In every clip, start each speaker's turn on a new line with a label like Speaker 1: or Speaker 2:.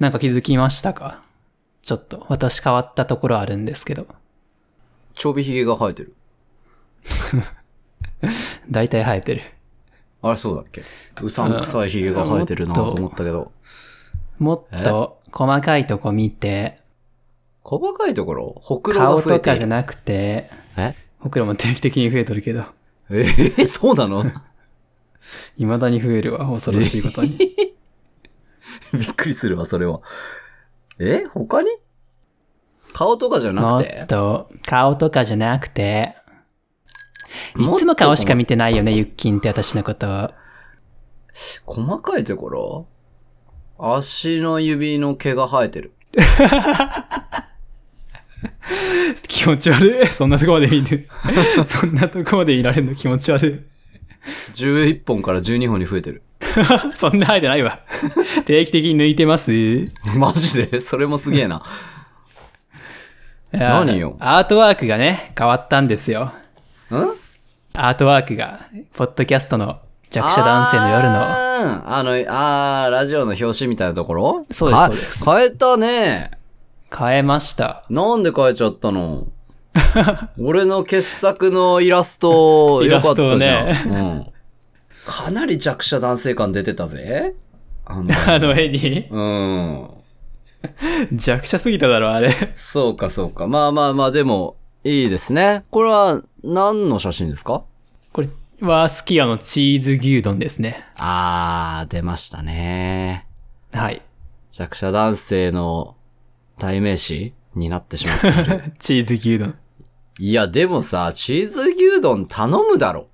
Speaker 1: なんか気づきましたかちょっと、私変わったところあるんですけど。
Speaker 2: ちょびひげが生えてる。
Speaker 1: 大体生えてる。
Speaker 2: あれそうだっけうさんくさいひげが生えてるなと思ったけど。
Speaker 1: もっと細かいとこ見て、
Speaker 2: 細かいところほくろ
Speaker 1: 顔
Speaker 2: が増え
Speaker 1: と
Speaker 2: て
Speaker 1: か
Speaker 2: い
Speaker 1: じゃ
Speaker 2: る。
Speaker 1: なくて、
Speaker 2: え
Speaker 1: ほくろも定期的に増えとるけど、
Speaker 2: えーそうなの
Speaker 1: 未だに増えるわ、恐ろしいことに。
Speaker 2: びっくりするわ、それは。え他に顔とかじゃ
Speaker 1: も
Speaker 2: なくて
Speaker 1: っと、顔とかじゃなくて、いつも顔しか見てないよね、ゆっきんって私のこと。
Speaker 2: 細かいところ足の指の毛が生えて る。
Speaker 1: 気持ち悪い。 そんなとこまで見る。そんなとこまでいられるの気持ち悪い。
Speaker 2: 11本から12本に増えてる。
Speaker 1: そんな生えてないわ。 定期的に抜いてます い
Speaker 2: マジでそれもすげえな。
Speaker 1: や
Speaker 2: 何よ
Speaker 1: アートワークがね、変わったんですよ。
Speaker 2: ん
Speaker 1: アートワークが、ポッドキャストの弱者男性の夜の。
Speaker 2: の。あの、あー、ラジオの表紙みたいなところ
Speaker 1: そうですそうで
Speaker 2: か変えたね。
Speaker 1: 変えました。
Speaker 2: なんで変えちゃったの 俺の傑作のイラスト、
Speaker 1: イ
Speaker 2: よ
Speaker 1: ラ
Speaker 2: か
Speaker 1: ス
Speaker 2: っ
Speaker 1: トを
Speaker 2: たじ
Speaker 1: ね
Speaker 2: ゃん。うん。かなり弱者男性感出てたぜ。あの、
Speaker 1: あの絵に。
Speaker 2: うん。
Speaker 1: 弱者すぎただろ、あれ。
Speaker 2: そうか、そうか。まあまあまあ、でも、いいですね。これは、何の写真ですか
Speaker 1: これは、スキヤのチーズ牛丼ですね。
Speaker 2: あー、出ましたね。
Speaker 1: はい。
Speaker 2: 弱者男性の代名詞になってしまった。
Speaker 1: チーズ牛丼。
Speaker 2: いや、でもさ、チーズ牛丼頼むだろ。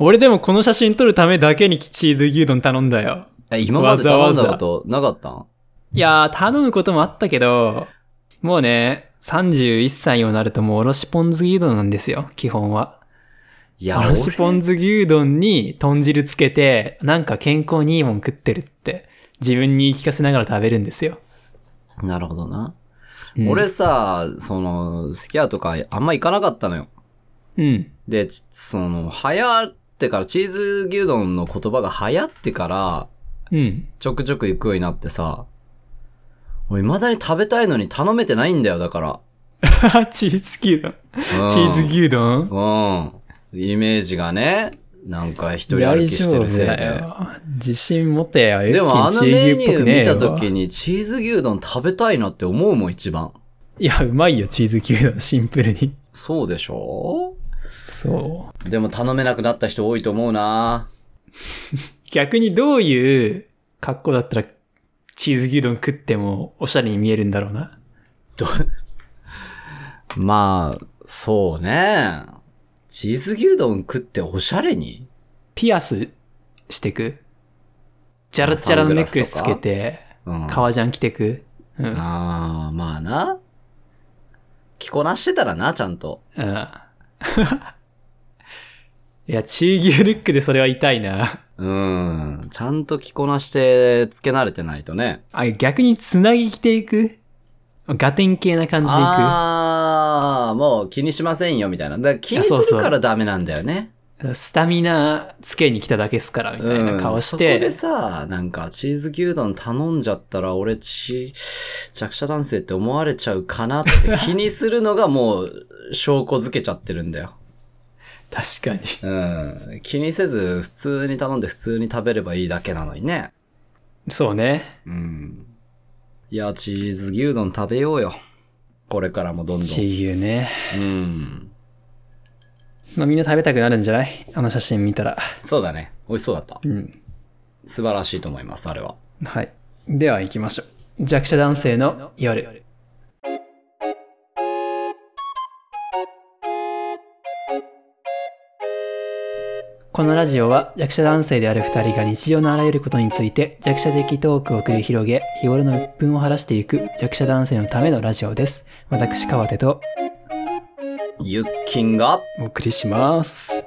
Speaker 1: 俺でもこの写真撮るためだけにチーズ牛丼頼んだよ。
Speaker 2: え、今まで頼
Speaker 1: わ
Speaker 2: ん
Speaker 1: ざ
Speaker 2: だ
Speaker 1: わざ
Speaker 2: ことなかったん
Speaker 1: いやー、頼むこともあったけど、もうね、31歳にもなるともうおろしポン酢牛丼なんですよ、基本は。
Speaker 2: い
Speaker 1: お
Speaker 2: や、
Speaker 1: ろしポン酢牛丼に豚汁つけて、なんか健康にいいもん食ってるって、自分に言い聞かせながら食べるんですよ。
Speaker 2: 俺なるほどな。
Speaker 1: うん
Speaker 2: 俺さ、その、スキャーとかあんま行かなかったのよ。
Speaker 1: うん。
Speaker 2: で、ちその、流行ってから、チーズ牛丼の言葉が流行ってから、
Speaker 1: うん。
Speaker 2: ちょくちょく行くようになってさ、俺未だに食べたいのに頼めてないんだよ、だから。
Speaker 1: チーズ牛丼。
Speaker 2: うん
Speaker 1: チーズ牛丼
Speaker 2: うん。イメージがね、なんか一人歩きしてるせい
Speaker 1: 大丈夫
Speaker 2: で。
Speaker 1: だよ自信持てよ。
Speaker 2: でもあの
Speaker 1: ユッキー
Speaker 2: メ
Speaker 1: チ
Speaker 2: ニ
Speaker 1: ーズ牛っぽく
Speaker 2: ュー
Speaker 1: ねえ
Speaker 2: 見
Speaker 1: よ
Speaker 2: た時にチーズ牛丼食べたいなって思うもん、一番。
Speaker 1: いや、うまいよ、チーズ牛丼、シンプルに。
Speaker 2: そうでしょ
Speaker 1: そう。
Speaker 2: でも頼めなくなった人多いと思うな
Speaker 1: 逆にどういう格好だったらチーズ牛丼食ってもおしゃれに見えるんだろうな。
Speaker 2: まあ、そうね。チーズ牛丼食っておしゃれに
Speaker 1: ピアスしてくジャラジャラのネックレスつけて、
Speaker 2: うん。
Speaker 1: 革ジャン着てくうん。
Speaker 2: ああ、まあな。着こなしてたらな、ちゃんと。
Speaker 1: うん。 いや、チー牛ルックでそれは痛いな。
Speaker 2: うん。ちゃんと着こなして、つけ慣れてないとね。
Speaker 1: あ、逆につなぎ着ていくガテン系な感じでい
Speaker 2: ああ、もう気にしませんよ、みたいな。だから気にす
Speaker 1: いやそう
Speaker 2: る
Speaker 1: そう
Speaker 2: からダメなんだよね。
Speaker 1: くスタミナつけに来ただけっすから、みたいな顔し
Speaker 2: うん、そこで
Speaker 1: て。
Speaker 2: さ、なんか、チーズ牛丼頼んじゃったら、俺、ち、弱者男性って思われちゃうかなって気にするのがもう、証拠づけちゃってるんだよ。
Speaker 1: 確かに。
Speaker 2: うん。気にせず、普通に頼んで普通に食べればいいだけなのにね。
Speaker 1: そうね。
Speaker 2: うん。いや、チーズ牛丼食べようよ。これからもどんど
Speaker 1: チ
Speaker 2: ん。
Speaker 1: ー牛ね。
Speaker 2: うん。
Speaker 1: まあ、みんな食べたくなるんじゃないあの写真見たら。
Speaker 2: そうだね。美味しそうだった。
Speaker 1: うん。
Speaker 2: 素晴らしいと思います、あれは。
Speaker 1: はい。では行きましょう。弱者男性の夜。このラジオは弱者男性である2人が日常のあらゆることについて弱者的トークを繰り広げ日頃の鬱憤を晴らしていく弱者男性のためのラジオです。私川手と
Speaker 2: ゆっきんが、
Speaker 1: お送りします。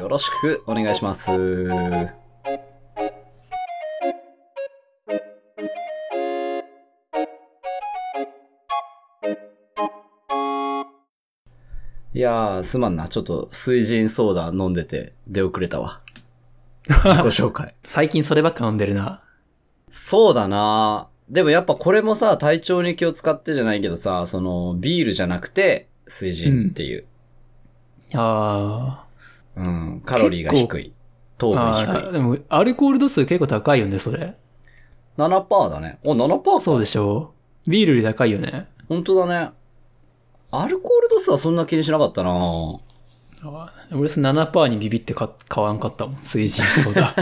Speaker 2: よろしくお願いします。いやー、すまんな。ちょっと、水人ソーダ飲んでて、出遅れたわ。自己紹介。
Speaker 1: 最近そればっか飲んでるな。
Speaker 2: そうだなでもやっぱこれもさ、体調に気を使ってじゃないけどさ、その、ビールじゃなくて、水人っていう。
Speaker 1: あ
Speaker 2: うん、カロリーが低い。
Speaker 1: ー
Speaker 2: 糖分
Speaker 1: あ
Speaker 2: 低
Speaker 1: ー。
Speaker 2: い。
Speaker 1: でも、アルコール度数結構高いよね、それ。
Speaker 2: 7%だね。お、7%
Speaker 1: そうでしょう。ビールより高いよね。
Speaker 2: 本当だね。アルコール度数はそんな気にしなかったな
Speaker 1: あー俺、その7%にビビってか買わんかったもん。水人ソーダ。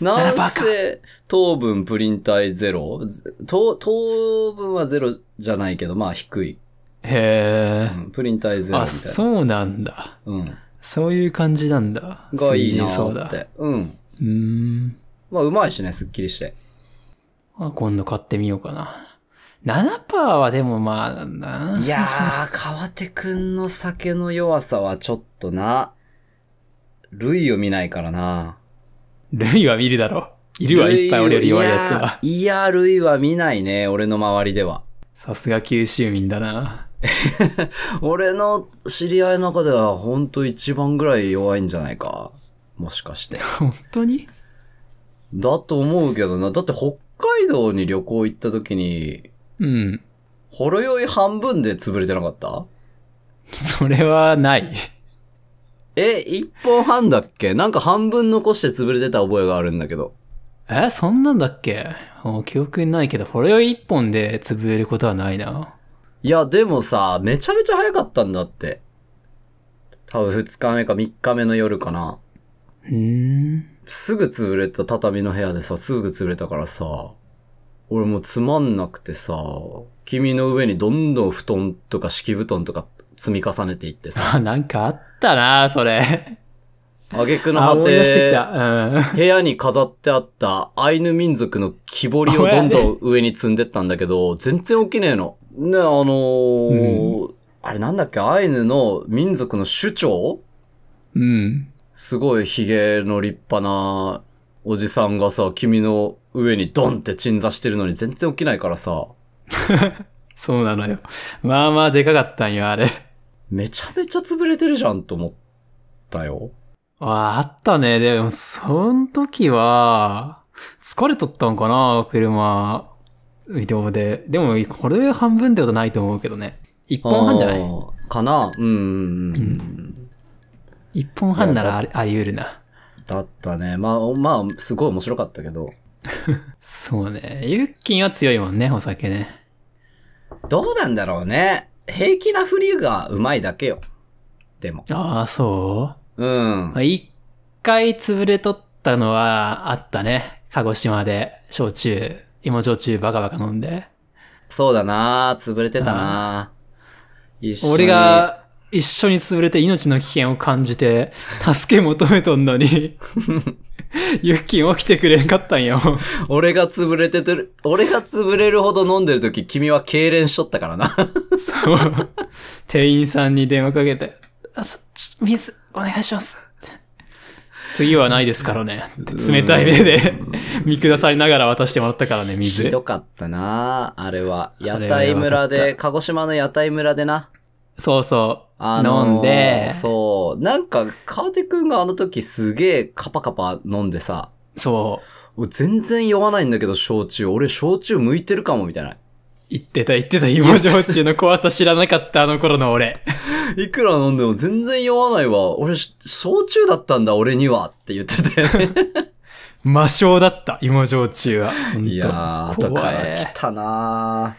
Speaker 2: なん
Speaker 1: バカ
Speaker 2: せ、糖分、プリン体ゼロず糖、糖分はゼロじゃないけど、まあ低い。
Speaker 1: へ
Speaker 2: うんプリン体ゼ
Speaker 1: え。
Speaker 2: ロ
Speaker 1: あ、
Speaker 2: みたいな。
Speaker 1: そうなんだ。
Speaker 2: うん。
Speaker 1: そういう感じなんだ。
Speaker 2: がいい
Speaker 1: 水
Speaker 2: な
Speaker 1: 人ソー
Speaker 2: ー
Speaker 1: ダ
Speaker 2: っ。て。うん。
Speaker 1: うーん。
Speaker 2: まあうまいしね、すっきり して。
Speaker 1: あ今度買ってみようかな。7%はでもまあなんだな。
Speaker 2: いやー、川手くんの酒の弱さはちょっとな、類を見ないからな。
Speaker 1: ルイは見るだろう。いるわ、いっぱい俺より弱いやつは。
Speaker 2: いやー、いや類は見ないね、俺の周りでは。
Speaker 1: さすが九州民だな。
Speaker 2: 俺の知り合いの中ではほんと一番ぐらい弱いんじゃないか。もしかして。
Speaker 1: 本当に
Speaker 2: だと思うけどな。だって北海道に旅行行った時に、
Speaker 1: うん。
Speaker 2: ほろ酔い半分で潰れてなかった
Speaker 1: それはない。
Speaker 2: え、一本半だっけなんか半分残して潰れてた覚えがあるんだけど。
Speaker 1: え、そんなんだっけもう記憶にないけど、これを一本で潰れることはないな。
Speaker 2: いや、でもさ、めちゃめちゃ早かったんだって。多分二日目か三日目の夜かな。
Speaker 1: うーん。
Speaker 2: すぐ潰れた畳の部屋でさ、すぐ潰れたからさ、俺もうつまんなくてさ、君の上にどんどん布団とか敷布団とか積み重ねていってさ、
Speaker 1: あ、 なんかあったな、それ。
Speaker 2: 挙句の
Speaker 1: あ、
Speaker 2: 果
Speaker 1: 思い出してき
Speaker 2: て、
Speaker 1: た。うん。
Speaker 2: 部屋に飾ってあったアイヌ民族の木彫りをどんどん上に積んでったんだけど、全然起きねえの。ね、あのーあれなんだっけ、アイヌの民族の首長
Speaker 1: うん。
Speaker 2: すごいヒゲの立派なおじさんがさ、君の上にドンって鎮座してるのに全然起きないからさ、
Speaker 1: そうなのよ。まあまあでかかったんよ、あれ。
Speaker 2: めちゃめちゃ潰れてるじゃんと思ったよ。
Speaker 1: わあ、あったね。でも、その時は、疲れとったんかな、車、移動で。でも、これ半分ってことないと思うけどね。一本半じゃな
Speaker 2: あ
Speaker 1: い
Speaker 2: ーかなうんうんうん。うん、
Speaker 1: 一本半ならありあり得るな。
Speaker 2: だったね。まあ、まあ、すごい面白かったけど。
Speaker 1: そうね。ユッキンは強いもんね、お酒ね。
Speaker 2: どうなんだろうね。平気なフリがうまいだけよ。でも。
Speaker 1: ああ、そう
Speaker 2: うん
Speaker 1: まあ。一回潰れとったのはあったね。鹿児島で、焼酎、芋焼酎バカバカ飲んで。
Speaker 2: そうだな潰れてたな一緒に
Speaker 1: 俺が一緒に潰れて命の危険を感じて、助け求めとんの に、ユッキン起きてくれんかったんよ。
Speaker 2: 俺が潰れててる、俺が潰れるほど飲んでる時、君は痙攣しとったからな。
Speaker 1: そう。店員さんに電話かけて、あそちょ水、お願いします。次はないですからね。って冷たい目で 見下されながら渡してもらったからね、
Speaker 2: ひ
Speaker 1: 水
Speaker 2: ど。かったなあれは。
Speaker 1: れ
Speaker 2: 屋
Speaker 1: は
Speaker 2: 台村
Speaker 1: やばか
Speaker 2: で、鹿児島の屋台村でな。
Speaker 1: そうそ
Speaker 2: あ
Speaker 1: う。
Speaker 2: のー
Speaker 1: 飲んで、
Speaker 2: そう。なんか、川手くんがあの時すげえカパカパ飲んでさ、
Speaker 1: そう。
Speaker 2: 俺全然酔わないんだけど、焼酎。俺、焼酎向いてるかも、みたいな。
Speaker 1: 言ってた言ってた、芋焼酎の怖さ知らなかったあの頃の俺。
Speaker 2: いくら飲んでも全然酔わないわ。俺、し焼酎だったんだ、俺には。って言ってて。
Speaker 1: 魔性だった、芋焼酎は。本当
Speaker 2: いやー、後か
Speaker 1: 怖
Speaker 2: ら来
Speaker 1: い。
Speaker 2: たな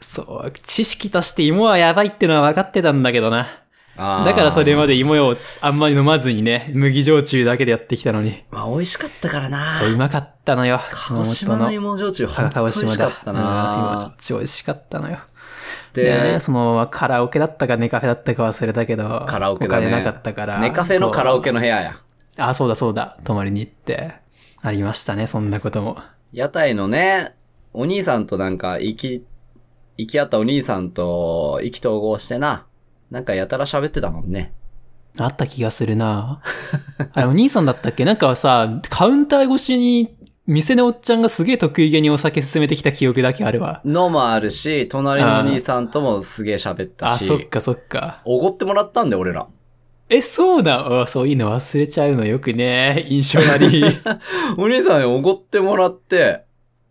Speaker 1: そう、知識として芋はやばいってのは分かってたんだけどな。
Speaker 2: あー
Speaker 1: だからそれまで芋をあんまり飲まずにね、麦焼酎だけでやってきたのに。
Speaker 2: まあ、美味しかったからな
Speaker 1: そう、うまかったのよ。
Speaker 2: 鹿児島の
Speaker 1: 熊
Speaker 2: 芋焼酎、ほ
Speaker 1: 本
Speaker 2: ん
Speaker 1: の
Speaker 2: と
Speaker 1: 鹿
Speaker 2: 美
Speaker 1: 児
Speaker 2: 味
Speaker 1: 島
Speaker 2: し
Speaker 1: だ。うん
Speaker 2: かった
Speaker 1: 芋
Speaker 2: な
Speaker 1: 焼酎美味しかったのよ。
Speaker 2: で
Speaker 1: ね、そのカラオケだったかネカフェだったか忘れたけど、
Speaker 2: カラオケだね。
Speaker 1: お金なかったから。
Speaker 2: ネカフェのカラオケ
Speaker 1: の。
Speaker 2: の部屋や。
Speaker 1: あ、そうだそうだ。泊まりに行って。ありましたね、そんなことも。
Speaker 2: 屋台のね、お兄さんとなんか、行き、行き合ったお兄さんと意気投合してな。なんかやたら喋ってたもんね。
Speaker 1: あった気がするな あれ、お兄さんだったっけなんかさ、カウンター越しに、店のおっちゃんがすげえ得意げにお酒進めてきた記憶だけあるわ。
Speaker 2: のもあるし、隣のお兄さんともすげえ喋った
Speaker 1: あ、そっ
Speaker 2: し。
Speaker 1: かそっか。
Speaker 2: おごってもらったんで、俺ら。
Speaker 1: え、そうだ。あそういうの忘 れちゃうのよくね。印象なり。
Speaker 2: お兄さんにおごってもらって、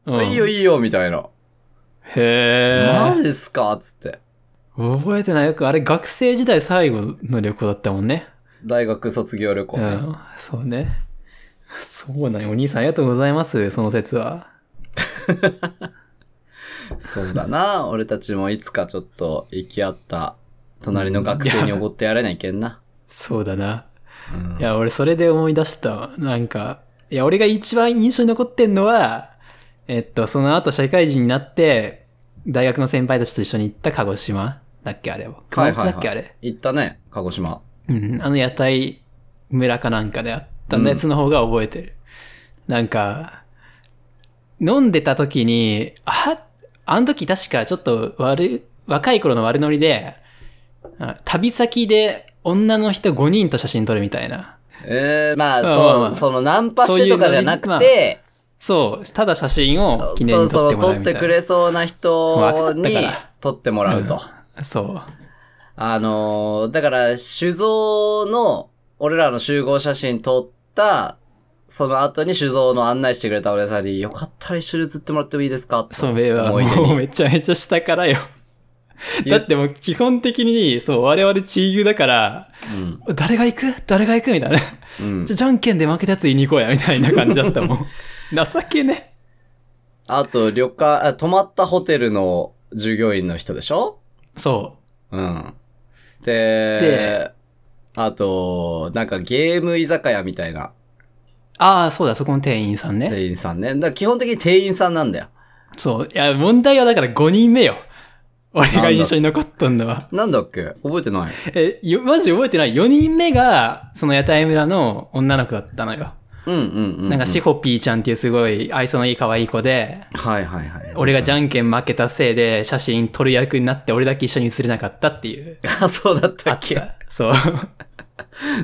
Speaker 1: うん
Speaker 2: いいよいいよ、みたいな。マ
Speaker 1: へえ。
Speaker 2: ジっすかつって。
Speaker 1: 覚えてないよく、あれ学生時代最後の旅行だったもんね。
Speaker 2: 大学卒業旅行
Speaker 1: う
Speaker 2: ね。
Speaker 1: ん、そうね。そうなんよお兄さんありがとうございます、その説は。
Speaker 2: そうだな。俺たちもいつかちょっと行き合った隣の学生におごってやれないけんな。
Speaker 1: そうだな。
Speaker 2: うん
Speaker 1: いや、俺それで思い出したわ。なんか、いや、俺が一番印象に残ってんのは、えっと、その後社会人になって、大学の先輩たちと一緒に行った鹿児島だっけあれは。熊本だっけあれ。
Speaker 2: 行ったね、鹿児島。
Speaker 1: うん、あの屋台村かなんかであったやつの方が覚えてる。なんか、飲んでた時に、あ、あの時確かちょっと悪い、若い頃の悪ノリで、あ旅先で女の人5人と写真撮るみたいな。
Speaker 2: ええまあ、
Speaker 1: まあ
Speaker 2: そ
Speaker 1: まあ
Speaker 2: う
Speaker 1: まあ
Speaker 2: そのナンパしてとかじゃなく
Speaker 1: そうい
Speaker 2: て、
Speaker 1: そう、ただ写真を記念
Speaker 2: そう
Speaker 1: に撮ってもらう
Speaker 2: そう撮っ
Speaker 1: みたい
Speaker 2: て
Speaker 1: な。
Speaker 2: くれそうな
Speaker 1: わか
Speaker 2: 人
Speaker 1: った
Speaker 2: に
Speaker 1: から
Speaker 2: 撮ってもらうと。
Speaker 1: そう。
Speaker 2: あのーだから、酒造の、俺らの集合写真撮った、その後に酒造の案内してくれたお姉さんに、よかったら一緒に写ってもらってもいいですか
Speaker 1: それは
Speaker 2: 思い出に
Speaker 1: もうめちゃめちゃ下からよ。
Speaker 2: 言
Speaker 1: だ
Speaker 2: う
Speaker 1: ってもう基本的に、そう、我々チーユだから、
Speaker 2: うん。
Speaker 1: 誰が行く誰が行くみたいな。
Speaker 2: うん
Speaker 1: じゃじゃんけんで負けたやつ言いに行こうや、みたいな感じだった もん。情けね。
Speaker 2: あと、旅館、あ泊まったホテルの従業員の人でしょ
Speaker 1: そ
Speaker 2: うん。で、
Speaker 1: で
Speaker 2: あと、なんかゲーム居酒屋みたいな
Speaker 1: う。ああ、そうだ、そこの店員さんね。
Speaker 2: 店員さんね。だから基本的に店員さんなんだよ。
Speaker 1: そう。いや、問題はだから5人目よ。俺が印象に残ったんだわ。
Speaker 2: なんだっけ覚えてない。
Speaker 1: え、よ、マジ覚えてない。4人目が、その屋台村の女の子だったのよ。
Speaker 2: うんうんうん、うん。
Speaker 1: なんか、シホピーちゃんっていうすごい愛想のいい可愛い子で、
Speaker 2: はいはいはい。
Speaker 1: 俺がじ
Speaker 2: ん。
Speaker 1: ゃんけん負けたせいで写真撮る役になって俺だけ一緒に写れなかったっていう。
Speaker 2: あ、そうだった
Speaker 1: あ
Speaker 2: っ
Speaker 1: っ
Speaker 2: け
Speaker 1: た。そう。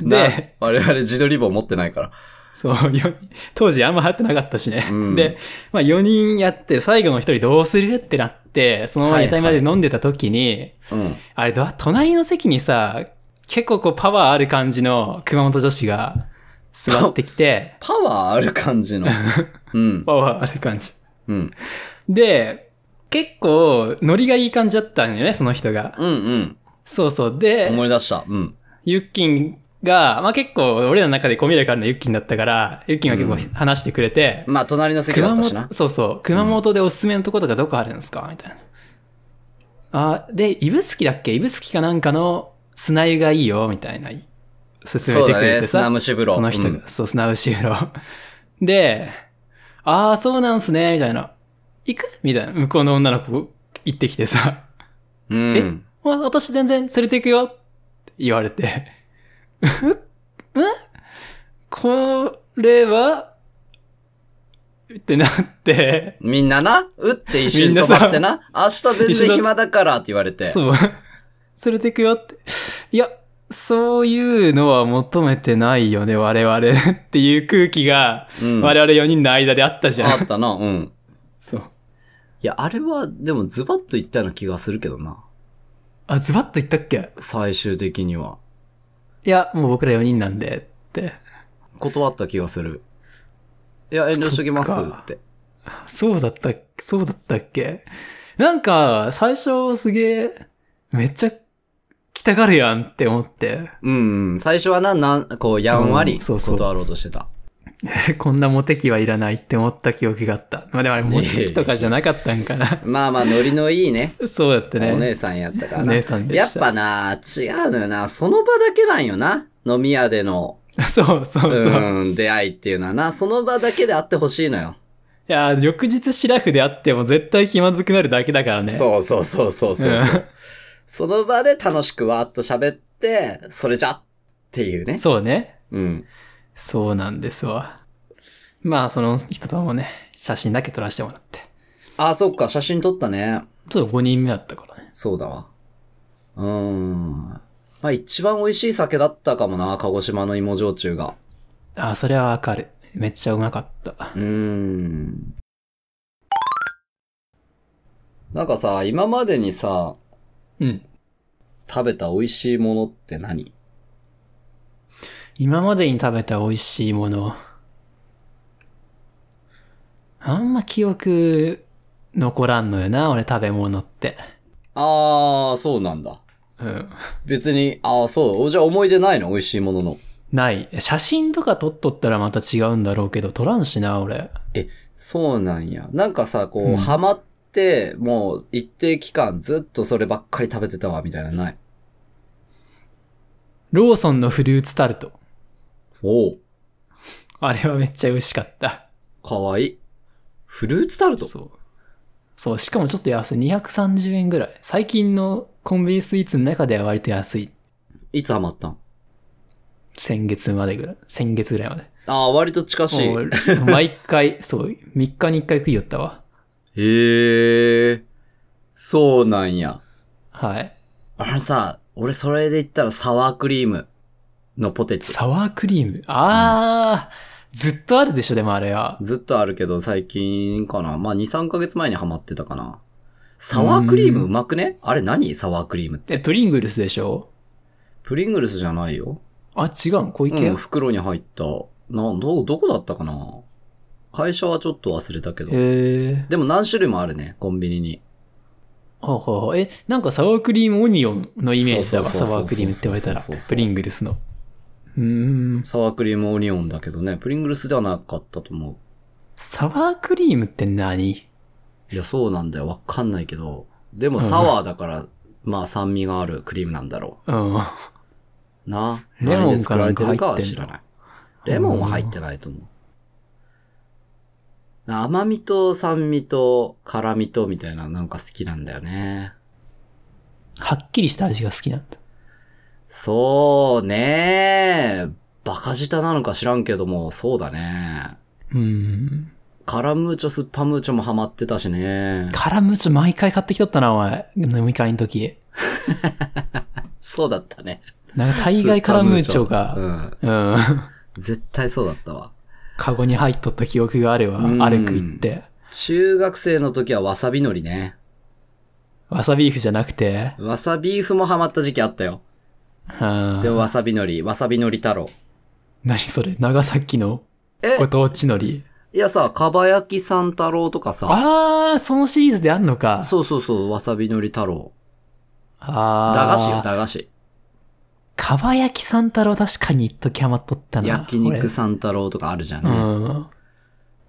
Speaker 2: で
Speaker 1: で、
Speaker 2: 我々自撮り棒持ってないから。
Speaker 1: そう、よ当時あんま流行ってなかったしね。
Speaker 2: うん
Speaker 1: で、まあ4人やって、最後の1人どうするってなって、そのまま屋台まで飲んでた時に、
Speaker 2: うん。、
Speaker 1: あれだ、隣の席にさ、結構こうパワーある感じの熊本女子が座ってきて
Speaker 2: パワーある感じの。う ん。
Speaker 1: パワーある感じ。
Speaker 2: うん。
Speaker 1: で、結構ノリがいい感じだったんよね、その人が。
Speaker 2: うんうん。
Speaker 1: そうそう。で、
Speaker 2: 思い出した。うん。
Speaker 1: ユッキンが、まあ結構俺らの中でコミュ力あるのユッキンだったから、ユッキンが結構話してくれて、
Speaker 2: まあ、隣の席だ
Speaker 1: 熊
Speaker 2: ったしな
Speaker 1: 本。そうそう熊本でおすすめのとことかどこあるんですかみたいなあで指宿だっけ指宿かなんかの砂湯がいいよみたいな勧め
Speaker 2: そう
Speaker 1: て
Speaker 2: だ
Speaker 1: くれ
Speaker 2: ね。
Speaker 1: てさ
Speaker 2: 砂蒸し風呂。
Speaker 1: その人が、
Speaker 2: うん
Speaker 1: そう砂牛風呂 でああそうなんすねみたいな行くみたいな向こうの女の子行ってきてさ
Speaker 2: うん。
Speaker 1: わ私全然連れて行くよって言われて。 ううんこれはってなって、
Speaker 2: みんなな、うって一緒
Speaker 1: みん
Speaker 2: に
Speaker 1: な
Speaker 2: 泊
Speaker 1: さ
Speaker 2: まってな、明日全
Speaker 1: 一緒
Speaker 2: 然
Speaker 1: だ
Speaker 2: 暇だからって言われて。
Speaker 1: そう、 連れて行くよって。いや、そういうのは求めてないよね、我々 っていう空気が、
Speaker 2: うん。
Speaker 1: 我々4人の間であったじゃ
Speaker 2: あ
Speaker 1: ん。
Speaker 2: ったな、うん。
Speaker 1: そう。
Speaker 2: いや、あれは、でもズバッと言ったような気がするけどな。
Speaker 1: あ、ズバッと言ったっけ
Speaker 2: 最終的には。
Speaker 1: いや、もう僕ら4人なんで、って。
Speaker 2: 断った気がする。いや、遠慮しときます
Speaker 1: そっか
Speaker 2: って。
Speaker 1: そうだったっけ、そうだったっけなんか、最初すげえ、めっちゃ、来たがるやんって思って、
Speaker 2: うん、うん。最初はな、なん、こう、やんわ
Speaker 1: う
Speaker 2: り
Speaker 1: んそうそう
Speaker 2: 断ろうとしてた。
Speaker 1: こんなモテ期はいらないって思った記憶があった。まあでもあれモテ期とかじゃなかったんかな。
Speaker 2: まあまあ、ノリのいいね。
Speaker 1: そうだった
Speaker 2: お姉
Speaker 1: ね。
Speaker 2: さんやったから
Speaker 1: お
Speaker 2: な。
Speaker 1: 姉さんで
Speaker 2: やっ
Speaker 1: した。
Speaker 2: ぱな、違うのよな。その場だけなんよな。飲み屋での、
Speaker 1: そうそうそう。い
Speaker 2: うん、出会いっていうのはな、その場だけであってほしいのよ。
Speaker 1: やー、翌日シラフであっても絶対気まずくなるだけだからね。う。
Speaker 2: そうそうそうそうそうそう。 その場で楽しくわーっと喋って、それじゃっていうね。
Speaker 1: そうね。
Speaker 2: うん。
Speaker 1: そうなんですわ。まあ、その人ともね、写真だけ撮らせてもらって。
Speaker 2: あ、そっか、写真撮ったね。
Speaker 1: ちょっと5人目だったからね。
Speaker 2: そうだわ。うーん。まあ一番美味しい酒だったかもな、鹿児島の芋焼酎が。
Speaker 1: あ、それはわかる。めっちゃうまかった。
Speaker 2: うーん。なんかさ、今までにさ、
Speaker 1: うん。
Speaker 2: 食べた美味しいものって何
Speaker 1: 今までに食べた美味しいもの。うあんま記憶残らんのよな、俺食べ物って。
Speaker 2: ああ、そうなんだ。
Speaker 1: うん。
Speaker 2: 別に、ああ、そう。おじゃあ思い出ないの美味しいものの。
Speaker 1: ない。写真とか撮っとったらまた違うんだろうけど、撮らんしな、俺。
Speaker 2: そうなんや。なんかさ、こう、
Speaker 1: うん
Speaker 2: ハマって、もう一定期間ずっとそればっかり食べてたわ、みたいなのない。
Speaker 1: ローソンのフルーツタルト。
Speaker 2: おお、
Speaker 1: あれはめっちゃ美味しかった。
Speaker 2: かわいい。フルーツタルト
Speaker 1: そう。そう、しかもちょっと安い。230円ぐらい。最近のコンビニスイーツの中では割と安い。
Speaker 2: いつハマったん
Speaker 1: 先月までぐらい。先月ぐらいまで。
Speaker 2: ああ、割と近しい。
Speaker 1: もう毎回、 そう、3日に1回食いよったわ。
Speaker 2: へえ、そうなんや。
Speaker 1: はい。
Speaker 2: あのさ、俺それで言ったらサワークリームのポテチ。
Speaker 1: サワークリーム。あー、ずっとあるでしょ、でもあれは。
Speaker 2: ずっとあるけど最近かな。まあ、2、3ヶ月前にハマってたかな。サワークリームうまくねあれ何サワークリームって。
Speaker 1: え、プリングルスでしょ
Speaker 2: プリングルスじゃないよ。
Speaker 1: あ、違うん、小池、
Speaker 2: うん、袋に入った。なん、ど、どこだったかな会社はちょっと忘れたけど。
Speaker 1: へー。
Speaker 2: でも何種類もあるね、コンビニに。
Speaker 1: ほうほうほう。え、なんかサワークリームオニオンのイメージだわ、
Speaker 2: そうそ
Speaker 1: サ
Speaker 2: うそうそう
Speaker 1: ワークリームって言われたら
Speaker 2: そうそうそう。
Speaker 1: プリングルスの。うーん。
Speaker 2: サワークリームオニオンだけどね、プリングルスではなかったと思
Speaker 1: サワークリームって何
Speaker 2: う。いや、そうなんだよ。わかんないけど。でもサワーだから、まあ酸味があるクリームなんだろ
Speaker 1: うん。
Speaker 2: う。な。
Speaker 1: レモン
Speaker 2: 何で作られてるか
Speaker 1: かなん
Speaker 2: は
Speaker 1: か入って
Speaker 2: 知
Speaker 1: んの
Speaker 2: らない。レモンは入ってないと思う。甘みと酸味と辛みとみたいななんか好きなんだよね。
Speaker 1: はっきりした味が好きなんだ。
Speaker 2: そうねバカ舌なのか知らんけども、そうだね。
Speaker 1: うーん。
Speaker 2: カラムーチョ、スッパムーチョもハマってたしね。
Speaker 1: カラムーチョ毎回買ってきとったな、お前。飲み会の時。
Speaker 2: そうだったね。
Speaker 1: なんか大概カラムーチョが、
Speaker 2: うん。
Speaker 1: うん。
Speaker 2: 絶対そうだったわ。
Speaker 1: カゴに入っとった記憶があるわ。
Speaker 2: うん
Speaker 1: あれ食いって。
Speaker 2: 中学生の時はわさび海苔ね。
Speaker 1: わさビーフじゃなくて、
Speaker 2: わさビーフもハマった時期あったよ。
Speaker 1: うん
Speaker 2: でもわさび海苔、わさび海苔太郎。
Speaker 1: 何それ長崎の
Speaker 2: え
Speaker 1: ご当地海苔。
Speaker 2: いやさ、かば焼きさん太郎とかさ。
Speaker 1: あー、そのシリーズであんのか。
Speaker 2: そうそうそう、わさび海苔太郎。
Speaker 1: あ
Speaker 2: 駄
Speaker 1: ー。
Speaker 2: 菓子よ、駄菓子。
Speaker 1: かば焼き三太郎確かに一時ハマっとったな。
Speaker 2: 焼肉三太郎とかあるじゃん
Speaker 1: 俺
Speaker 2: ね。
Speaker 1: うん。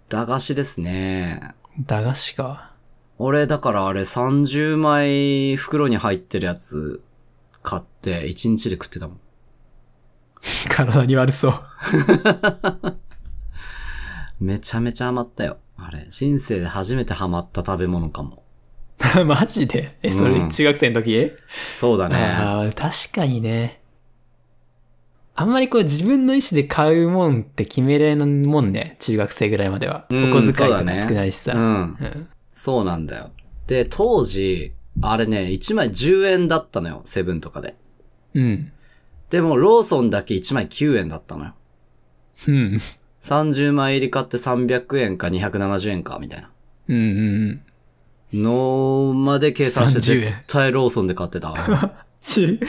Speaker 2: 駄菓子ですね。
Speaker 1: 駄菓子 か。
Speaker 2: 俺、だからあれ30枚袋に入ってるやつ買って1日で食ってたもん。
Speaker 1: 体に悪そう。
Speaker 2: めちゃめちゃハマったよ。あれ、人生で初めてハマった食べ物かも。
Speaker 1: マジでえ、それ
Speaker 2: うん
Speaker 1: 中学生の時、
Speaker 2: そうだね。
Speaker 1: ああ、確かにね。あんまりこう自分の意思で買うもんって決めれんもんね。中学生ぐらいまでは。お
Speaker 2: うん
Speaker 1: 小遣いと
Speaker 2: そうだ
Speaker 1: か
Speaker 2: ね
Speaker 1: 少ないしさ。
Speaker 2: うん。
Speaker 1: うん
Speaker 2: そうなんだよ。で、当時、あれね、1枚10円だったのよ。セブンとかで。
Speaker 1: うん。
Speaker 2: でも、ローソンだけ1枚9円だったのよ。
Speaker 1: うん。
Speaker 2: 30枚入り買って300円か270円か、みたいな。
Speaker 1: うん。うん。
Speaker 2: のまで計算して
Speaker 1: 30円
Speaker 2: 絶対ローソンで買ってた。
Speaker 1: 中、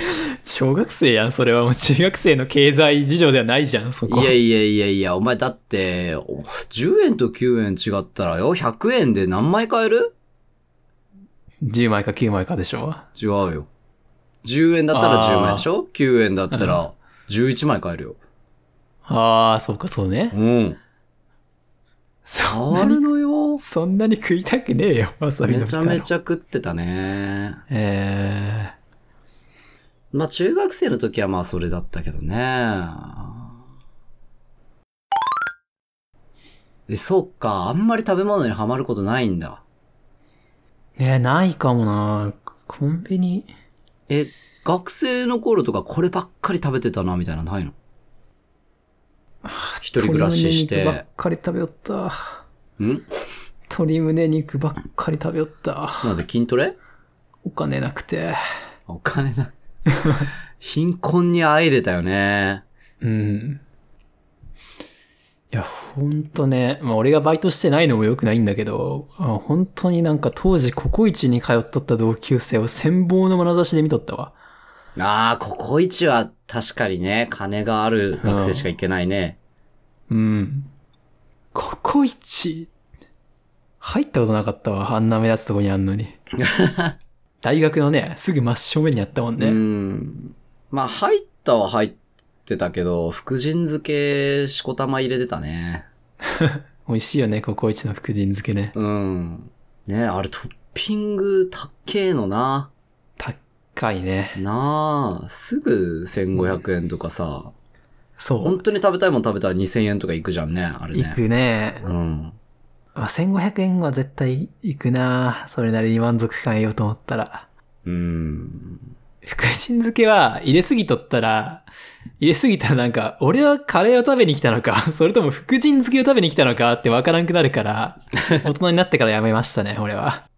Speaker 1: 小学生やん、それはもう中学生の経済事情ではないじゃん、そ
Speaker 2: い
Speaker 1: こ。
Speaker 2: やいやいやいや、お前だって、お10円と9円違ったらよ、100円で何枚買える
Speaker 1: 10枚か9枚かでしょ。
Speaker 2: 違うよ。10円だったら
Speaker 1: あー
Speaker 2: 10枚でしょ ?9 円だったら11枚買えるよ。
Speaker 1: ああ、そうか、そうね。
Speaker 2: うん。
Speaker 1: そんな
Speaker 2: あ
Speaker 1: に
Speaker 2: るのよ。
Speaker 1: そんなに食いたくねえよ、わさびの
Speaker 2: めち
Speaker 1: 太
Speaker 2: ゃ
Speaker 1: 郎。
Speaker 2: めちゃ食ってたね。
Speaker 1: え
Speaker 2: まあ中学生の時はまあそれだったけどね。え、そっか。あんまり食べ物にはまることないんだ。
Speaker 1: ー、ねないかもなコンビニ。
Speaker 2: え、学生の頃とかこればっかり食べてたな、みたいなのないの一人暮らしし。
Speaker 1: 鶏胸肉ばってかり食べよった。
Speaker 2: ん
Speaker 1: 鶏胸肉ばっかり食べよった。
Speaker 2: なんで筋トレ
Speaker 1: お金なくて。
Speaker 2: お金な。貧困にあいでたよね。
Speaker 1: うん。いや、ほんとね、まあ俺がバイトしてないのも良くないんだけど、あ本当になんか当時ココイチに通っとった同級生を羨望の眼差しで見とったわ。
Speaker 2: ああ、ココイチは確かにね、金がある学生しか行けないね。
Speaker 1: うん。ココイチ入ったことなかったわ。あんな目立つとこにあん のに。大学のね、すぐ真正面にあったもんね。
Speaker 2: うん。まあ、入ったは入ってたけど、福神漬け、しこたま入れてたね。
Speaker 1: 美味しいよね、ココイチの福神漬けね。
Speaker 2: うん。ねあれトッピングたっけえのな。
Speaker 1: 高いね。
Speaker 2: なあ、すぐ1500円とかさ、
Speaker 1: そ
Speaker 2: 本当に食べたいもん食べたら2000円とかいくじゃんね、あ
Speaker 1: う。
Speaker 2: れ
Speaker 1: 行
Speaker 2: ね。
Speaker 1: くね。
Speaker 2: うん。
Speaker 1: まあ、1500円は絶対行くな。それなりに満足感得ようと思ったら。
Speaker 2: うん。
Speaker 1: 福神漬けは入れすぎとったら、入れすぎたらなんか、俺はカレーを食べに来たのか、 それとも福神漬けを食べに来たのかってわからんくなる から、大人になってからやめましたね、俺は。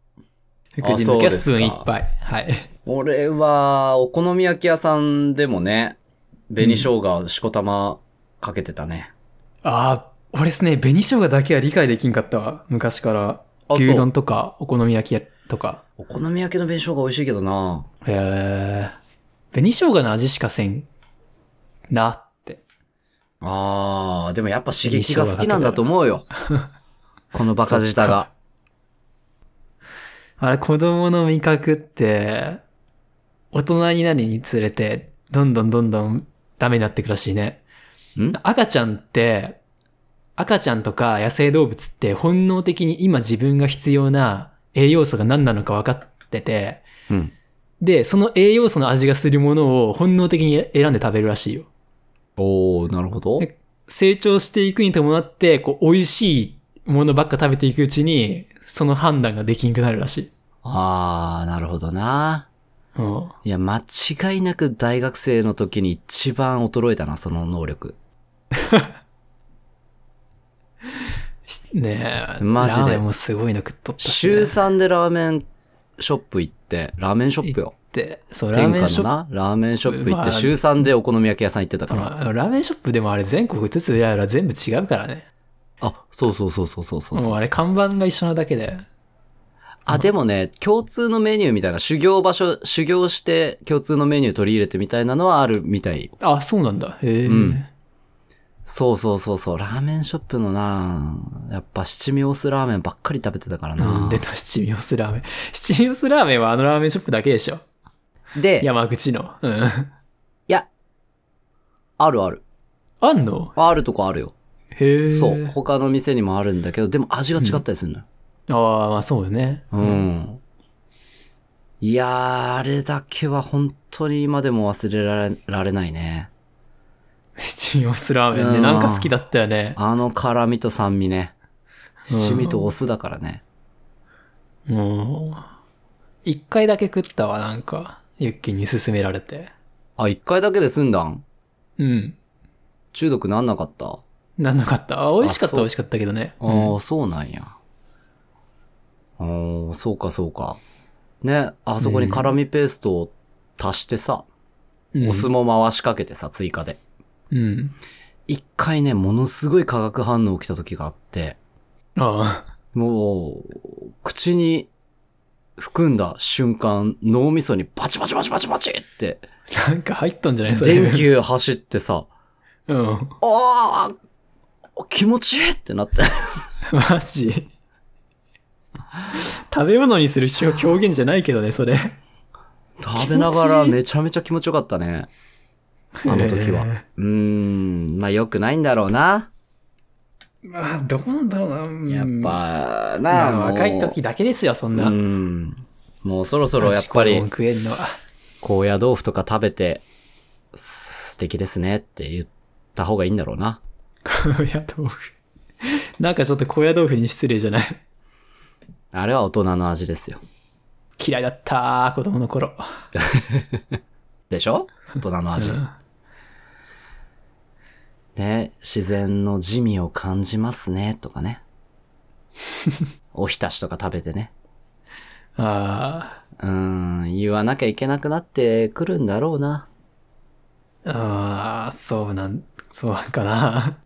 Speaker 1: 福神漬けはスプーン一杯。はい。
Speaker 2: 俺は、お好み焼き屋さんでもね、紅生姜、しこたまかけてたね。
Speaker 1: ああ、俺ですね、紅生姜だけは理解できんかったわ。昔から。
Speaker 2: あ
Speaker 1: 牛
Speaker 2: そう
Speaker 1: 丼とか、お好み焼きとか。
Speaker 2: お好み焼きの紅生姜美味しいけどな。
Speaker 1: へえ。紅生姜の味しかせんなって。
Speaker 2: あー、でもやっぱ刺激が好きなんだと思う よ。このバカ舌が。
Speaker 1: あれ、子供の味覚って、大人になるにつれて、どんどんどんどんダメになってくらしいね。
Speaker 2: ん
Speaker 1: 赤ちゃんって、赤ちゃんとか野生動物って本能的に今自分が必要な栄養素が何なのか分かってて、
Speaker 2: うん。
Speaker 1: で、その栄養素の味がするものを本能的に選んで食べるらしいよ。
Speaker 2: おー、なるほど。
Speaker 1: え成長していくに伴って、こう、美味しいものばっか食べていくうちに、その判断ができなくなるらしい。
Speaker 2: あー、なるほどな。
Speaker 1: うん。
Speaker 2: いや、間違いなく大学生の時に一番衰えたな、その能力。
Speaker 1: ねえ。
Speaker 2: マジで
Speaker 1: ラーメンもすごいの食っとったし、ね。
Speaker 2: 週3でラーメンショップ行って、ラーメンショップよ。
Speaker 1: って、そう、ラー
Speaker 2: 天
Speaker 1: メン
Speaker 2: 下
Speaker 1: ショ
Speaker 2: の
Speaker 1: ッ
Speaker 2: な、ラーメンショップ行っ
Speaker 1: まあ
Speaker 2: て、週3でお好み焼き屋さん行ってた
Speaker 1: プ、
Speaker 2: から。
Speaker 1: まあラーメンショップでもあれ全国ずつやら全部違うからね。
Speaker 2: あ、そうそうそうそうそうそうそう
Speaker 1: もうあれ看板が一緒なだけで。
Speaker 2: あ、でもね、共通のメニューみたいな、修行場所、修行して共通のメニュー取り入れてみたいなのはあるみたい。
Speaker 1: あ、そうなんだ。へえ、
Speaker 2: うんそうそうそうそう、ラーメンショップのな、やっぱ七味オスラーメンばっかり食べてたから
Speaker 1: うん
Speaker 2: な。
Speaker 1: 出た七味オスラーメン。七味オスラーメンはあのラーメンショップだけでしょ。
Speaker 2: で、いや、
Speaker 1: 山口の。うん。
Speaker 2: あるある。
Speaker 1: あんの
Speaker 2: あるとこあるよ。
Speaker 1: へえ。
Speaker 2: そう。他の店にもあるんだけど、でも味が違ったりするのよ。
Speaker 1: ああ、まあそうよね。
Speaker 2: うん。いやー、あれだけは本当に今でも忘れられられないね。
Speaker 1: 七味オスラーメンね。
Speaker 2: うん
Speaker 1: なんか好きだったよね。
Speaker 2: あの辛味と酸味ね。
Speaker 1: うん
Speaker 2: 七味とお酢だからね。
Speaker 1: うん。一回だけ食ったわ、なんか。ユッキーに勧められて。
Speaker 2: あ、一回だけで済んだん
Speaker 1: うん。
Speaker 2: 中毒なんなかった。
Speaker 1: なんなかった。あ美味しかった、
Speaker 2: あそう
Speaker 1: 美味しかったけどね。
Speaker 2: ああ、そうなんや。ああ、そうかそうか。ね、あそこに辛味ペーストを足してさ、
Speaker 1: うん
Speaker 2: お酢も回しかけてさ、追加で。
Speaker 1: うん。
Speaker 2: 一回ね、ものすごい化学反応起きた時があって、
Speaker 1: ああ。
Speaker 2: もう、口に含んだ瞬間、脳みそにバチバチバチバチバチって、
Speaker 1: なんか入ったんじゃない それ。
Speaker 2: 電球走ってさ、
Speaker 1: うん。
Speaker 2: ああ気持ちいいってなって。
Speaker 1: マジ。食べ物にする主張表現じゃないけどね、それ。
Speaker 2: 食べながらめちゃめちゃ気持ちよかったね。あの時は。
Speaker 1: え
Speaker 2: うーん、まあ良くないんだろうな。
Speaker 1: まあ、どうなんだろうなうん。
Speaker 2: やっ
Speaker 1: ま
Speaker 2: ぱ、
Speaker 1: あ、
Speaker 2: なあ、
Speaker 1: 若い
Speaker 2: もう
Speaker 1: 時だけですよ、そん
Speaker 2: う
Speaker 1: な。
Speaker 2: ん。もうそろそろ
Speaker 1: マ
Speaker 2: やっぱ
Speaker 1: ジ子供
Speaker 2: り、
Speaker 1: 食えんのは。
Speaker 2: 高野豆腐とか食べて、す素敵ですねって言った方がいいんだろうな。
Speaker 1: 高野豆腐。なんかちょっと高野豆腐に失礼じゃない
Speaker 2: あれは大人の味ですよ。
Speaker 1: 嫌いだったー、子供の頃。
Speaker 2: でしょ大人の味
Speaker 1: う。ん
Speaker 2: ね、自然の地味を感じますね、と かね。おひたしとか食べてね。
Speaker 1: あ
Speaker 2: うーん、言わなきゃいけなくなってくるんだろうな。
Speaker 1: ーあー、そうなん、そうなんかな。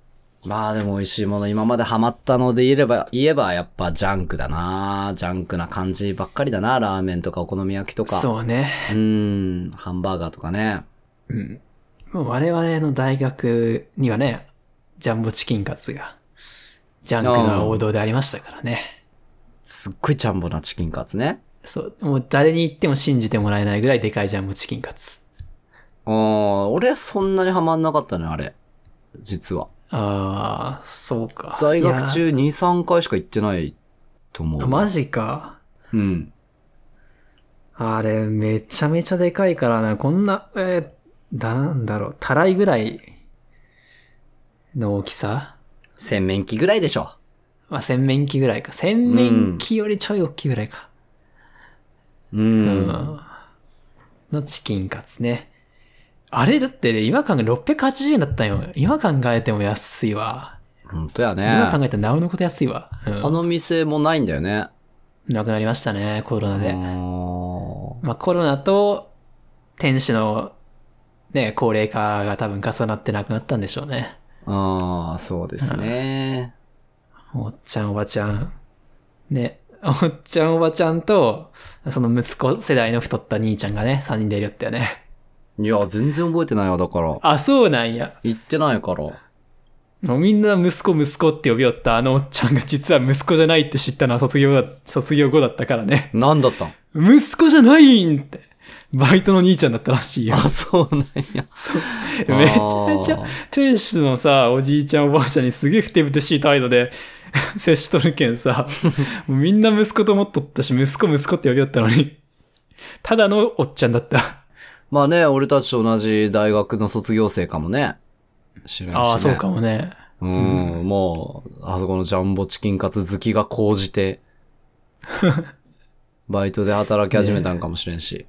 Speaker 2: まあでも美味しいもの今までハマったので言えれば、言えばやっぱジャンクだなジャンクな感じばっかりだなラーメンとかお好み焼きとか。う。
Speaker 1: そうね。
Speaker 2: ん、ハンバーガーとかね。
Speaker 1: もう我々の大学にはね、ジャンボチキンカツが、ジャンクな王道でありましたからね。
Speaker 2: すっごいジャンボなチキンカツね。
Speaker 1: そう、もう誰に言っても信じてもらえないぐらいでかいジャンボチキンカツ。
Speaker 2: うん、俺はそんなにハマんなかったね、あれ。実は。
Speaker 1: ああ、そうか。
Speaker 2: 在学
Speaker 1: い
Speaker 2: 中2、3回しか行ってないと思
Speaker 1: や。
Speaker 2: う。
Speaker 1: マジか。
Speaker 2: うん。
Speaker 1: あれ、めちゃめちゃでかいからな。こんな、えー、なんだろう、たらいぐらいの大きさ
Speaker 2: 洗面器ぐらいでしょ。
Speaker 1: まあ、洗面器ぐらいか。洗面器よりちょい大きいぐらいか。
Speaker 2: う。
Speaker 1: うんん。のチキンカツね。あれだって、今考え、680円だったんよ。今考えても安いわ。
Speaker 2: 本当や
Speaker 1: 今考
Speaker 2: ね。
Speaker 1: えたらなおのこと安いわ。うん
Speaker 2: あの店もないんだよね。
Speaker 1: なくなりましたね、コロナで。
Speaker 2: うん
Speaker 1: まあコロナと店主のね、高齢化が多分重なってなくなったんでしょうね。
Speaker 2: ああ、そうですね。
Speaker 1: おっちゃんおばちゃん。ね、おっちゃんおばちゃんと、その息子世代の太った兄ちゃんがね、3人でいるってね。
Speaker 2: いや、全然覚えてないわ、だから。
Speaker 1: あ、そうなんや。
Speaker 2: 行ってないから。
Speaker 1: もうみんな息子息子って呼びよったあのおっちゃんが実は息子じゃないって知ったのは卒業だ、卒業後だったからね。
Speaker 2: なん だったん
Speaker 1: 息子じゃないんって。バイトの兄ちゃんだったらしいよ。
Speaker 2: あ、そうなんや。
Speaker 1: そう。めちゃめちゃ、店主のさ、おじいちゃんおばあちゃんにすげえふてぶてしい態度で 接しとるけん さ、もうみんな息子と思っとったし、息子息子って呼びよったのに、ただのおっちゃんだった。
Speaker 2: まあね、俺たちと同じ大学の卒業生かもね。知らんし、ね。
Speaker 1: ああ、そうかもね。
Speaker 2: うん、もう、あそこのジャンボチキンカツ好きが高 じて、バイトで働き始めたんかもしれんし。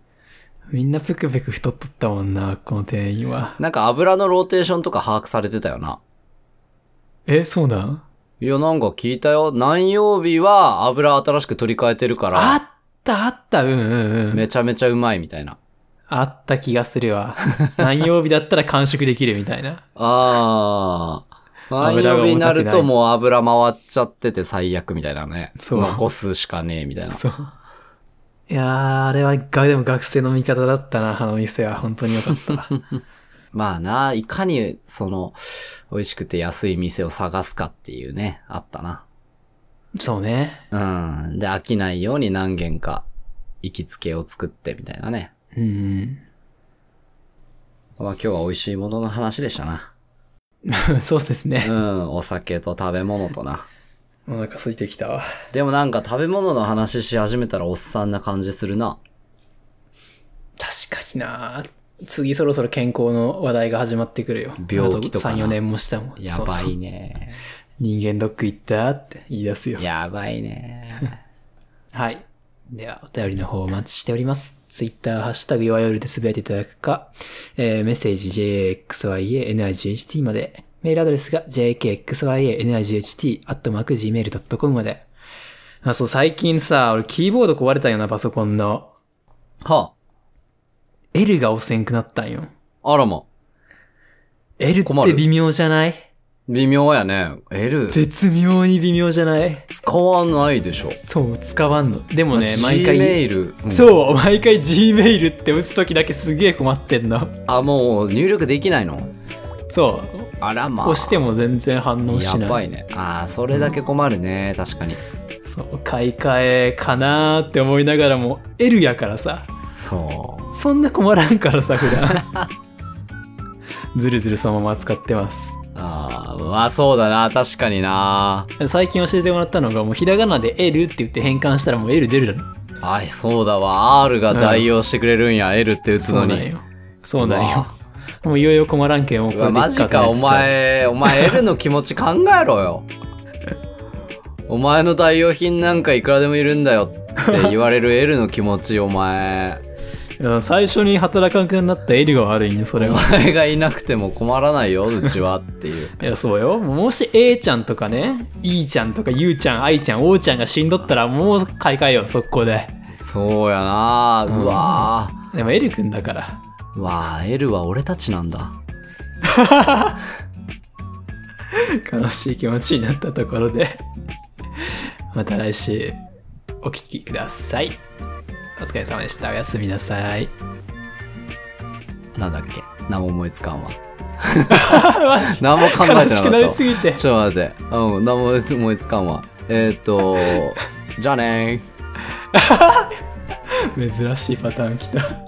Speaker 1: みんなぷくぷく太っとったもんな、この店員は。
Speaker 2: なんか油のローテーションとか把握されてたよな。
Speaker 1: え、そうなん
Speaker 2: いや、なんか聞いたよ。何曜日は油新しく取り替えてるか
Speaker 1: あ
Speaker 2: ら、
Speaker 1: ったあった、うんうんうん。
Speaker 2: めちゃめちゃうまいみたいな。
Speaker 1: あった気がするわ。 何曜日だったら完食できるみたいな。
Speaker 2: ああ。何
Speaker 1: 油が重たくない
Speaker 2: 曜日になるともう油回っちゃってて最悪みたいなね。
Speaker 1: そう
Speaker 2: 残すしかねえみたいな。
Speaker 1: そう。いやー、あれはが、でも学生の味方だったな、あの店は。本当に良かった。
Speaker 2: まあな、いかに、その、美味しくて安い店を探すかっていうね、あったな。
Speaker 1: そうね。
Speaker 2: うん。で、飽きないように何軒か、行きつけを作ってみたいなね。
Speaker 1: うん。
Speaker 2: まあ今日は美味しいものの話でしたな。
Speaker 1: そうです
Speaker 2: う
Speaker 1: ね。
Speaker 2: ん、お酒と食べ物とな。
Speaker 1: お腹空いてきたわ。
Speaker 2: でもなんか食べ物の話し始めたらおっさんな感じするな。
Speaker 1: 確かにな次そろそろ健康の話題が始まってくるよ。
Speaker 2: 病気とかな
Speaker 1: あ3、4年もしたもん。
Speaker 2: や
Speaker 1: そう
Speaker 2: ば
Speaker 1: そう
Speaker 2: いね。
Speaker 1: 人間ドック行ったって言い出すよ。
Speaker 2: やばいね。
Speaker 1: はい。では、お便りの方お待ちしております。ツイッター、ハッシュタグ、弱夜でつぶやいていただくか、えー、メッセージ、jxyanight まで、メールアドレスが jkxyanight.gmail.com まで。あ、そう、最近さ、俺キーボード壊れたよな、パソコンの。
Speaker 2: は
Speaker 1: L が押せんくなったんよ。
Speaker 2: あ、あらま。
Speaker 1: L っ
Speaker 2: 困
Speaker 1: て
Speaker 2: る
Speaker 1: 微妙じゃない
Speaker 2: 微妙やね。L、
Speaker 1: 絶妙に微妙じゃない
Speaker 2: 使わないでしょ。
Speaker 1: そう、使わんの。でもね、毎
Speaker 2: メ
Speaker 1: 回、
Speaker 2: ール。うん
Speaker 1: そう、毎回 Gmail って打つときだけすげえ困ってんの。
Speaker 2: あ、もう入力できないの
Speaker 1: そう、
Speaker 2: あらまあ。
Speaker 1: 押しても全然反応し
Speaker 2: やば
Speaker 1: ない
Speaker 2: いね。ああ、それだけ困るね。確かに。
Speaker 1: そう買い替えかなーって思いながらも L やからさ
Speaker 2: そう。
Speaker 1: そんな困らんからさ普段 ずるずるそのまま使ってます
Speaker 2: ああ、まあそうだな。確かにな。
Speaker 1: 最近教えてもらったのがもうひらがなで L って言って変換したらもう L 出る
Speaker 2: あい、そうだわ。R が代用してくれるんや。L って打つ
Speaker 1: そ
Speaker 2: の
Speaker 1: うなん
Speaker 2: に。
Speaker 1: よそうなん
Speaker 2: う
Speaker 1: よ
Speaker 2: わ
Speaker 1: もういよいよ困らんけんもう
Speaker 2: う
Speaker 1: これ
Speaker 2: わ
Speaker 1: で
Speaker 2: マジか、お前、お前 L の気持ち考えろよ。お前の代用品なんかいくらでもいるんだよって言われる L の気持ち、お前。
Speaker 1: うん最初に働かんくなった L が悪いんよそれ
Speaker 2: お
Speaker 1: は
Speaker 2: 前がいなくても困らないよ、うちはっていう。
Speaker 1: いやそうよもし A ちゃんとかね E ちゃんとか U ちゃん I ちゃん O ちゃんが死んどったらもう買い替えよう速攻で
Speaker 2: そうやな。うわー。
Speaker 1: でもエル君だから。
Speaker 2: うわあ、L は俺たちなんだ。
Speaker 1: 悲しい気持ちになったところで。また来週お聞きください。お疲れ様でした。おやすみなさい。
Speaker 2: なんだっけ何も思いつか んわ。何も考えてなか
Speaker 1: 悲
Speaker 2: っ
Speaker 1: した くなり
Speaker 2: わ。
Speaker 1: すぎて。
Speaker 2: ちょっと待って。うん、何も思いつかんわ。えーっと、じゃあねー。
Speaker 1: 珍しいパターンきた